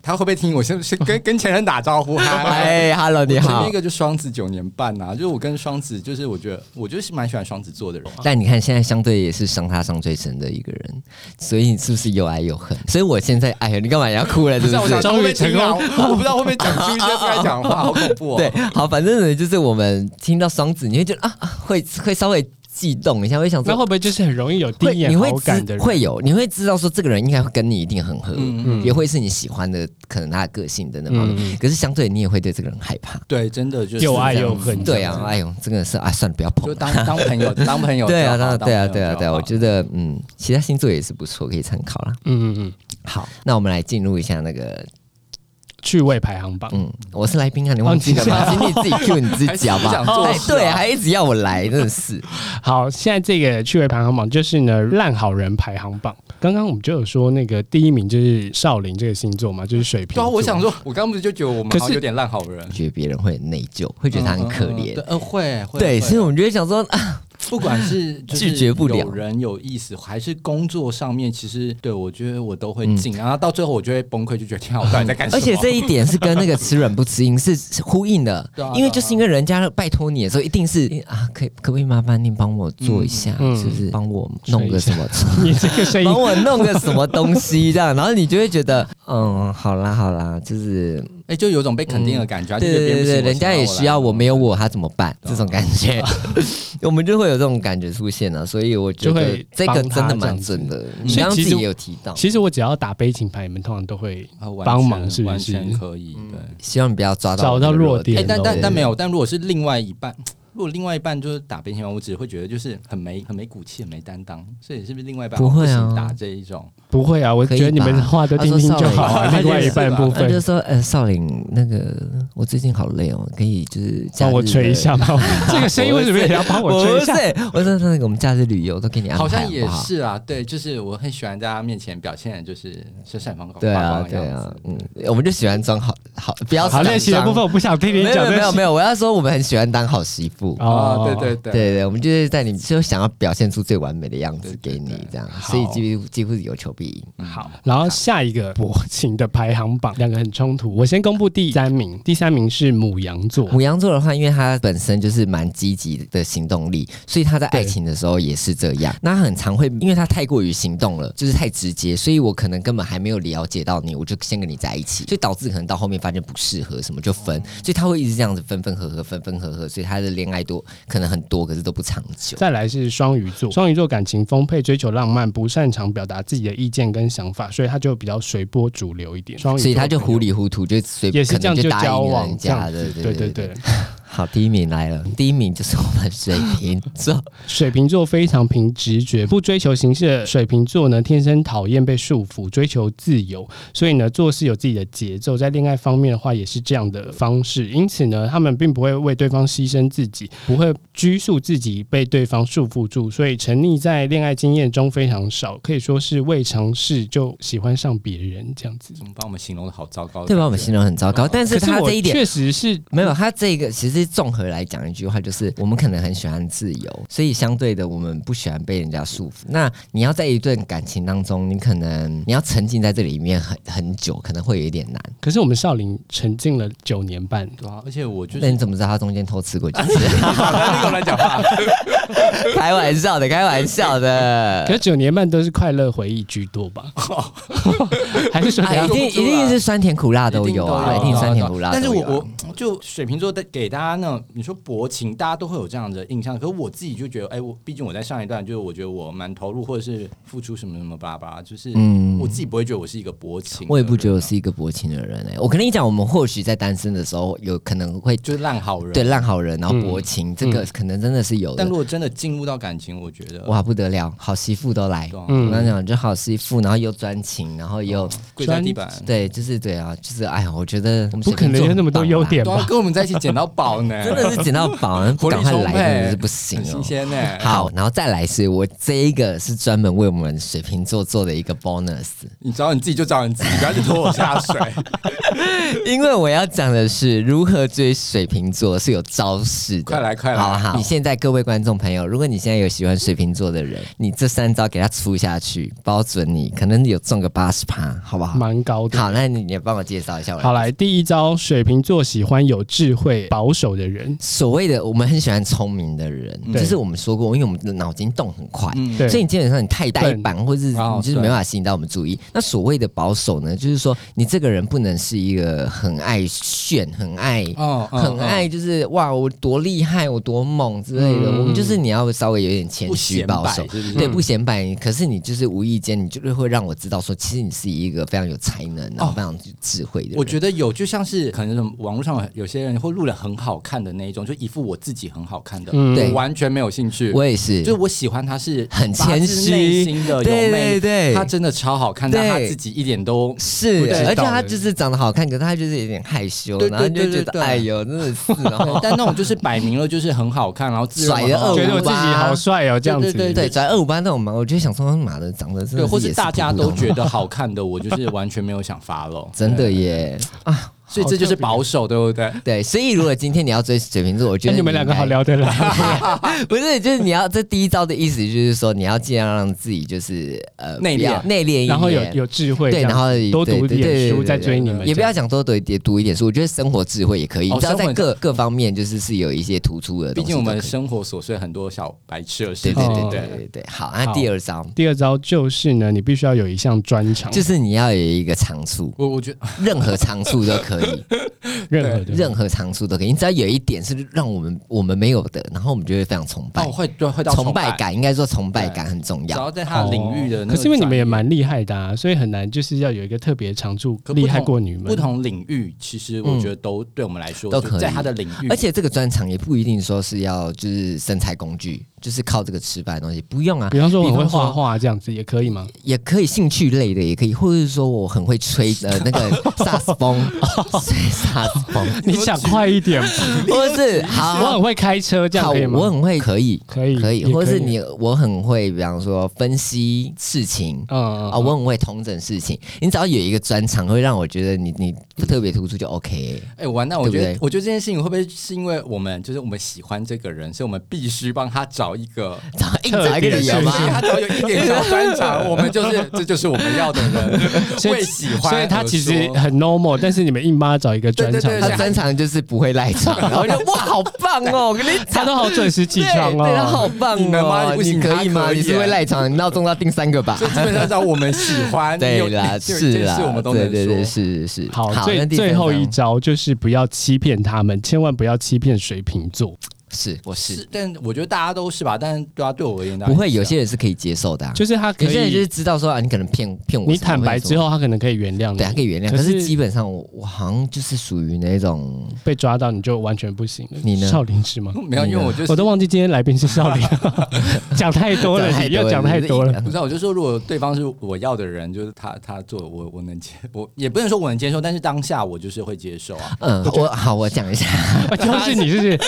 他会不会听我先先跟跟前任打招呼？ 嗨， 哎，Hello，你前面好一。个就双子九年半呐、就是我跟双子，就是我觉得我就是蛮喜欢双子座的人。但你看，现在相对也是伤他伤最深的一个人，所以你是不是又爱又恨？所以我现在，哎呀，你干嘛也要哭了？是不是啊，不我是想？说会不会终于听到，我不知道会不会讲出一些不该讲的话，好恐怖哦。对，，好，反正呢，就是我们听到双子，你会觉得啊，啊会会稍微悸动一下，会想那说，会不会就是很容易有第会一你眼会好感的知人？会有，你会知道说这个人应该会跟你一定很合，嗯也会是你喜欢的，可能他的个性等等方面。嗯可是相对你也会对这个人害怕，对，真的就是又爱这样又恨对啊，哎呦，这个是啊，算了，不要碰就了。当当朋友，当朋友就好。对啊，当然，对啊，当朋对友啊，就对啊，好我觉得嗯，其他星座也是不错，可以参考啦。嗯嗯嗯，好，那我们来进入一下那个，趣味排行榜。嗯，我是来宾啊，你忘记了吗？请你自己 Q 你自己好不 还是不想好？做哎事啊对，还一直要我来，真的是。好，现在这个趣味排行榜就是呢烂好人排行榜。刚刚我们就有说那个第一名就是少林这个星座嘛，就是水瓶对座。啊，我想说，我刚不是就觉得我们可是好像有点烂好人我，觉得别人会很内疚，会觉得他很可嗯嗯嗯怜对，。呃，会会对，会所以我们就会想说啊，不管 是就是拒绝不了有人有意思，还是工作上面，其实对我觉得我都会尽量，然后到最后我就会崩溃，就觉得天啊，我到底在干什嗯么？而且这一点是跟那个吃软不吃硬是是呼应的对啊，因为就是因为人家拜托你的时候，一定是啊，可以可不可以麻烦你帮我做一下，嗯嗯是不是？帮我弄个什么，你这个声音帮我弄个什么东西这样，然后你就会觉得， 嗯，好啦好啦，就是哎，就有种被肯定的感觉啊，就对觉得对别对不行对，人家也需要我，没有我，他怎么办？嗯这种感觉， 我们就会有这种感觉出现了、所以我觉就得会这个帮他真的这样蛮子准的。你所以刚刚其自实己也有提到，其实我只要打悲情牌，你们通常都会啊完帮全忙是不完是全可以，对。希望你不要抓到找我的到弱点哎、点但喽但但没有。有，但如果是另外一半，如果另外一半就是打边形，我只会觉得就是很没很没骨气，很没担当。所以是不是另外一半不会啊行打这一种？不会啊？我可以觉得你们的吧话都他听说听少就了一好啊。半另外一是半吧部他就分，说：“呃，少林，那个我最近好累哦，可以就是假帮我日吹一的。 下吗？这个声音为什么也要帮我吹一不下？是，我说那个我们假日旅游都给你安排，好像也不好是啊，对，就是我很喜欢在他面前表现的就是是闪光对发啊，光的对样啊子，嗯，我们就喜欢装好好，不要好，讲练习的装部分我不想听没你有讲。没有没有有，我要说我们很喜欢当好媳妇。哦，对对对，对对，我们就是在你就想要表现出最完美的样子对给对你对，这样，好所以几乎几乎是有求必应。好，然后下一个薄情的排行榜，两个很冲突。我先公布第三名，第三名是母羊座。母羊座的话，因为他本身就是蛮积极的行动力，所以他在爱情的时候也是这样。那他很常会，因为他太过于行动了，就是太直接，所以我可能根本还没有了解到你，我就先跟你在一起，所以导致可能到后面发现不适合什么就分，所以他会一直这样子分分合合，分分合合，所以他的恋爱多可能很多，可是都不长久。再来是双鱼座，双鱼座感情丰沛，追求浪漫，不擅长表达自己的意见跟想法，所以他就比较随波逐流一点。双鱼座所以他就朋友糊里糊涂，就随也便是可这样能就答交应往人这样家子的，对对对。好，第一名来了，第一名就是我们水瓶 座，水瓶座非常凭直觉，不追求形式的水瓶座呢，天生讨厌被束缚，追求自由，所以呢，做事有自己的节奏。在恋爱方面的话，也是这样的方式。因此呢，他们并不会为对方牺牲自己，不会拘束自己被对方束缚住，所以沉溺在恋爱经验中非常少，可以说是未尝试就喜欢上别人这样子。怎么把我们形容的好糟糕？对吧？我们形容很糟糕，但是哦可是他我这一点。确实是没有，他这个其实综合来讲一句话，就是我们可能很喜欢自由，所以相对的，我们不喜欢被人家束缚。那你要在一段感情当中，你可能你要沉浸在这里面很很久，可能会有一点难。可是我们少林沉浸了九年半，对啊，而且我就那是你怎么知道他中间偷吃过几次？ 那个乱讲话，开玩笑的，开玩笑的可。是九年半都是快乐回忆居多吧？哦 还哎是说等啊，下一定一定是酸甜苦辣 都有啊，一一定定都酸甜苦辣都但有是啊。我我就水瓶座的给大家那种，你说薄情，大家都会有这样的印象。可是我自己就觉得，哎、我毕竟我在上一段就是我觉得我蛮投入，或者是付出什么什么巴拉巴拉，就是嗯我自己不会觉得我是一个薄情，啊我也不觉得我，是一个薄情的人哎、我跟你讲，我们或许在单身的时候有可能会就是烂好人。对，烂好人，然后薄情，这嗯个可能真的是有但的如。果真的进入到感情，我觉得哇，不得了，好媳妇都来对。啊我嗯跟你讲，就好媳妇，然后又专情，然后又、跪在地板，对，就是对啊，就是哎呀，我觉得我们不可能有那么多优点都要吧？啊跟我们在一起捡到宝呢，水瓶座很棒啊， 真的是捡到宝，不赶快活力充沛来真的是不行很新 哦。鲜呢、好，，然后再来是我这一个是专门为我们水瓶座做的一个 bonus，你找你自己就找你自己，不要去拖我下 水。因为我要讲的是如何追水瓶座是有招式的，快来快来好不好，你现在各位观众朋友，如果你现在有喜欢水瓶座的人，你这三招给他出下去，包准你可能有中个八十趴，好不好？蛮高的。好，那你也帮我介绍一下我。好，来第一招，水瓶座喜欢有智慧、保守的人。所谓的我们很喜欢聪明的人，对就是我们说过，因为我们的脑筋动很快，嗯对所以你基本上你太呆板，或是你哦就是没办法吸引到我们注意。那所谓的保守呢，就是说你这个人不能是一个很爱炫、很爱哦很爱，就是哇，我多厉害，我多猛之类的。嗯我们就是你要稍微有点谦嗯不虚显保摆嗯守，是不是对，不显摆。可是你就是无意间，你就是会让我知道说，其实你是一个非常有才能，然后非常有智慧的人。哦我觉得有，就像是可能什么网络上有些人会录了很好看的那一种，就一副我自己很好看的，嗯对我完全没有兴趣。我也是，就是我喜欢他是很发谦自内虚心的，有对魅对力对他真的超好看，但他对自己一 点都是不知道，而且他的就是长得好看，可是他就是有点害羞，欸对对然后你就对觉对得对哎呦，真 的是，然后但那种就是摆明了就是很好看，然后自认甩的很好恶看觉得我自己好帅哦，这样子。哦对对，只要二五八那种嘛，我就想说，妈的，长得真的对，或也是大家普普都 通通觉得好看的，我就是完全没有想发了。真的耶啊！ 所以这就是保守，对不对？对，所以如果今天你要追水瓶座，我觉那得你们两个好应该聊得来，不是，就是你要这第一招的意思，就是说你要尽量让自己就是呃内敛不要内敛一点，然后有有智慧这对，样，然后多读对对对点对书对再对追你们，也不要讲多读一点读一点书，我觉得生活智慧也可以，哦你知道生活在各各方面就是是有一些突出的毕东西都可以，竟我们生活琐碎很多小白痴的事对情，对对哦对对对对，好，那好第二招第二招就是呢，你必须要有一项专长，就是你要有一个长 处，我我觉得任何长处都可以，任何的。任何长处都可以，你只要有一点是让我们我们没有的，然后我们就会非常崇拜哦，会对会到崇拜拜，感应该说崇拜感很重只要。要在他的领域的那哦可个专业，是因为你们也蛮厉害的、啊，所以很难就是要有一个特别长处可不同厉害过你们。不同领域，其实我觉得都对我们来说嗯都就可以在他的领嗯域，而且这个专长也不一定说是要就是身材工具，就是靠这个吃饭的东西，不用啊。比方说我很会比方画画这样子也可以吗？也可以兴趣类的也可以，或者是说我很会吹 呃那个萨克斯风，吹萨克斯风， 你想快一点吧，或者是我好很会开车这样好，可以吗？我很会可以可以可以，也或者是可以嗯你我很会，比方说分析事情。嗯啊，我很会同整事情，你只要有一个专长，会让我觉得你你特别突出就 OK。哎、完蛋！我觉得，对不对我觉得这件事情会不会是因为我们就是我们喜欢这个人，所以我们必须帮他找一个，找硬找一个理由是必吗嘛特别，须他只要有一点小专长，我们就是这就是我们要的人， 所以为喜欢而说，所以他其实很 normal，但是你们硬帮他找一个专对对长对， 他专长就是不会赖 床，然后就哇，好棒哦！我跟你他讲，都好准时起床对对他好哦。棒你能吗哦！你不行可以他吗？可以你是会赖床， 你闹钟要定三个吧所？以基本上找我们喜 欢，对有啦，有是这件啦事我们，都能对说。对对，是是是。好，那最第三最后一张招就是不要欺骗他们，千万不要欺骗水瓶座。嗯是我是是，但我觉得大家都是吧，但对啊，对我而言，大家不会，也有是啊些人是可以接受的啊，就是他可有些人就是以，知道说啊，你可能骗骗我什么，你坦白之后，后，他可能可以原谅你，对，他可以原谅。可可是是基本上我我好像就是属于那种，被抓到你就完全不行了。你呢少林是吗？ 没有，因为我就是嗯我都忘记今天来宾是少林， 讲太多了，你又讲太多了。不知道，我就说，如果对方是我要的人，就是他他做的我我能接，我 也不能说我能接受，但是当下我就是会接受啊。嗯，我好，我讲一下，哦就是你，是不是？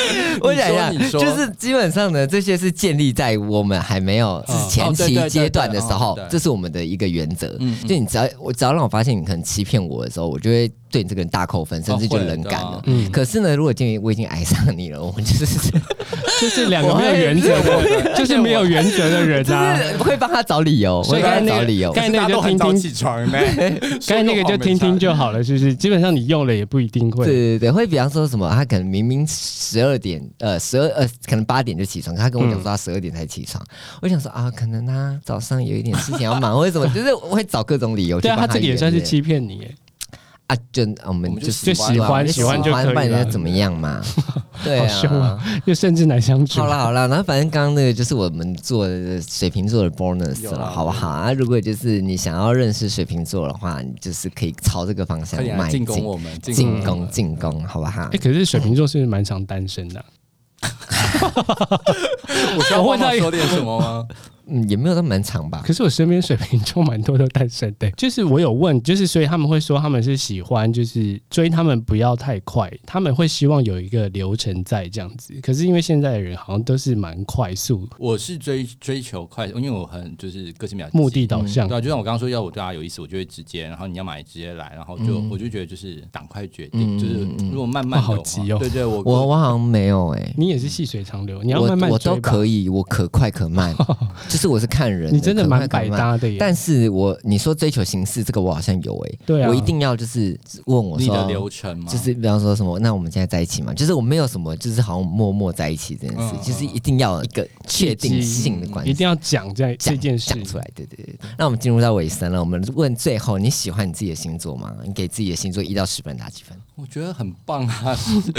我讲一下你，说就是基本上呢，这些是建立在我们还没有嗯是前哦对对期对阶段的时候对对，对这是我们的一个原则。嗯就你只要我只要让我发现你可能欺骗我的时候，我就会对你这个人大扣分，甚至就冷感了。哦会的嗯可是呢，如果今天我已经爱上你了，我就是就是两个没有原则的，就是没有原则的人就啊。是 会帮他找理很早理由，所我以会刚才帮他那找个理由。刚才大那家个就都很听早听起床呢， 刚才那个就听听就好了，是不是？基本上你用了也不一定对会。啊对对，会比方说什么，他可能明明十二点，呃，十二呃，可能八点就起床，他跟我讲嗯说他十二点才起床，我想说啊，可能他早上有一点事情要 忙，或者什么，就是我会找各种理由去对啊，帮他这个也圆算是对欺骗你耶。啊，就啊我我们们就就是喜欢啊喜欢就可以了不然人家怎么 样嘛？对啊，好凶啊就甚至难相处好。啦好啦，那反正刚刚那个就是我们做的水瓶座的 bonus 有了，啦好不好啊？如果就是你想要认识水瓶座的话，你就是可以朝这个方向快啊点来迈啊进进，攻我们，进我攻们进攻，好不好哎，？可是水瓶座是不是蛮常单身的啊？我需要我帮问他忙一个说点什么吗？ 嗯，也没有到蛮长吧。可是我身边水瓶座蛮多都单身的，就是我有问，就是所以他们会说他们是喜欢，就是追他们不要太快，他们会希望有一个流程在这样子。可是因为现在的人好像都是蛮快速、我是追追求快，因为我很就是个性比较目的导向对，啊，就像我刚刚说，要我对他有意思，我就会直接，然后你要买直接来，然后嗯就、我就觉得就是赶快决定，嗯就是如果慢慢哇的话，好急哦对对，我我我好像没有哎、你也是细水长流，你要我慢慢我追都吧。可以，我可快可 慢，就是我是看人，你真的可快蛮百可慢搭的耶。但是我你说追求形式这个，我好像有哎、对啊我一定要就是问我你说的流程嘛，就是比方说什么，那我们现在在一起嘛？就是我没有什么，就是好像默默在一起这件事，嗯就是一定要有一个确定性的关一系。定要讲这这讲件事讲出来，对对对。那我们进入到尾声了，我们问最后，你喜欢你自己的星座吗？你给自己的星座一到十分打几分？我觉得很棒啊！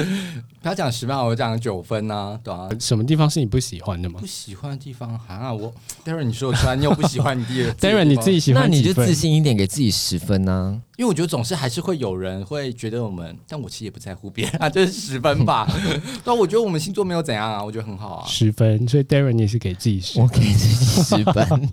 不要讲十分啊，我讲九分啊，对啊。什么地方是你不喜欢的吗不喜欢的地方啊，我 Darren 你说得出来，你有不喜欢你自己 的 d a r r 你自己，喜那欢你几就分？自信一点，给自己十分啊呢、因为我觉得总是还是会有人会觉得我们，但我其实也不在乎别人啊， 就是十分 吧。但我觉得我们星座没有怎样啊，我觉得很好啊，十分，所以 Darren 你也是给自己十 我给自己十 分，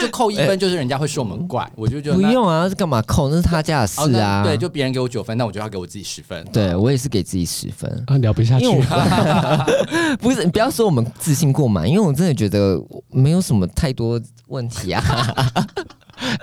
就扣一分就是人家会说我们哎怪，我就觉得不那用啊，干嘛扣？那是他家的哦事那啊。对，就别人给我九分，那我就要给我自己十分。对我也是给自己十分。啊，聊不下去因为。我 不是，你不要说我们 自信过满，因为我真的觉得我没有什么太多问题啊。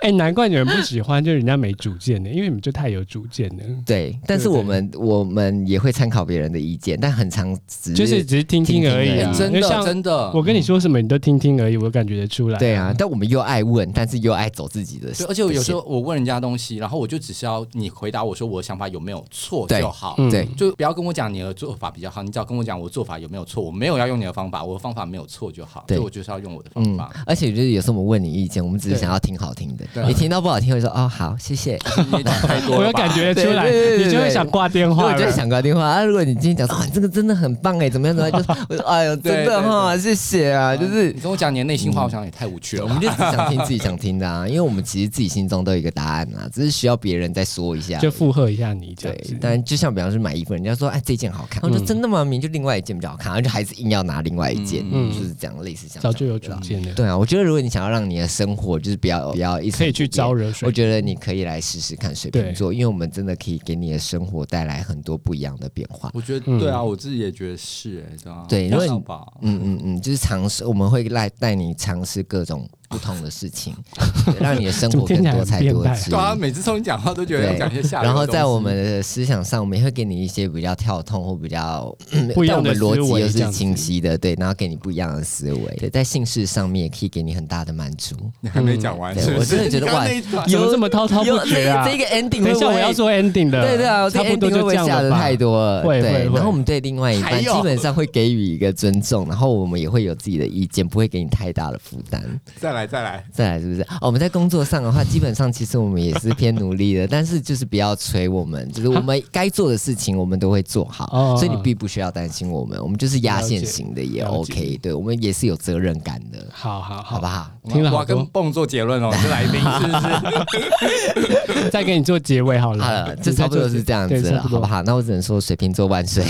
哎、难怪你们不喜欢，就是人家没主见的，因为你们就太有主见了。对，但是对对我们我们也会参考别人的意见，但很常只就是只是听听而已啊，听听而已哎真因为的像真的，我跟你说什么，你都听听而已，我感觉得出来。对啊，但我们又爱问，但是又爱走自己的对，线。而且有时候我问人家东西，然后我就只是要你回答我说我的想法有没有错对就好，嗯对就不要跟我讲你的做法比较好，你只要跟我讲我做法有没有错，我没有要用你的方法，我的方法没有错就好，对所以我就是要用我的方嗯法。，而且就是有时候我们问你意见，我们只是对想要听好听的对，啊你听到不好听会说哦好，谢谢。你也讲太多我 了有吧感觉得出来，对对对对你就会想挂电我话就了会。想挂电话啊！如果你今天讲说啊，你这个真的很棒哎，怎么样怎么样，就是我说哎呦，真对对的哈，谢谢啊，就是嗯 你跟我讲你的内心话，我想也太无趣了我吧们。就只想听自己想听的啊，因为我们其实自己心中都有一个答案啊，只是需要别人再说一下。就附和一下你这样对子，，但就像比方说买衣服，人家说哎这件好看，我嗯说真的吗？明明就另外一件比较好看，然后就还是硬要拿另外一件，嗯就是这样类似这样。早就有这主样见了，对啊，我觉得如果你想要让你的生活就是不要不要一成可以去不变招惹水我觉得你可以来试试看水对瓶座，因为我们真的可以给你的生活带来很多不一样的变化。我觉嗯得对啊，我自己也觉得是哎，知道吗？对如果你要吧，嗯嗯嗯，就是尝试，我们会来带你尝试各种不同的 事情，对让你的生活怎么听更起来多很彩变多态姿对。 啊，每次从你讲话都觉得要讲一些下流的然后在东西我们嗯的思想上，我们也会给你一些比较跳痛或比较嗯嗯不一样但我的们思逻辑维又这样是子清晰的，对，然后给你不一样的思维。对，在性事上面也可以给你很大的满足。你还没讲完，对是不是我真的觉得你刚刚哇那一 段怎么这么滔滔不有绝啊？这这个 ending，等一下会不我会要做 ending 的，对对啊，差不多这 ending 会就不这会样吓了的吧太多了。会对会会然后我们对另外一还半有基本上会给予一个尊重，然后我们也会有自己的意见，不会给你太大的负担。再来再来，再来是不是？哦我们在工作上的话，基本上其实我们也是偏努力的，但是就是不要催 我们，就是我们该做的事情我们都会做好，哦所以你并不需要担心我们，我们就是压线型的也了解 OK，对我们也是有责任感的，好好好好不好？听了我好要跟多，蹦做结论哦，是来宾是不 是？再给你做结尾好了。好了，你这再差不多做结是这样子对差了，不多好不好？那我只能说水瓶座 万岁。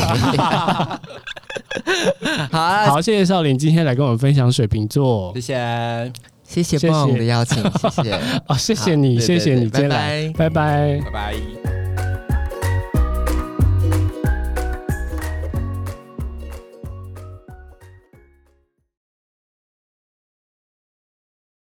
好啊，好，谢谢少林今天来跟我们分享水瓶座谢，谢，谢谢谢谢棒的邀请，谢谢。哦，谢谢好你，对对谢谢对你今天来，拜拜。拜拜。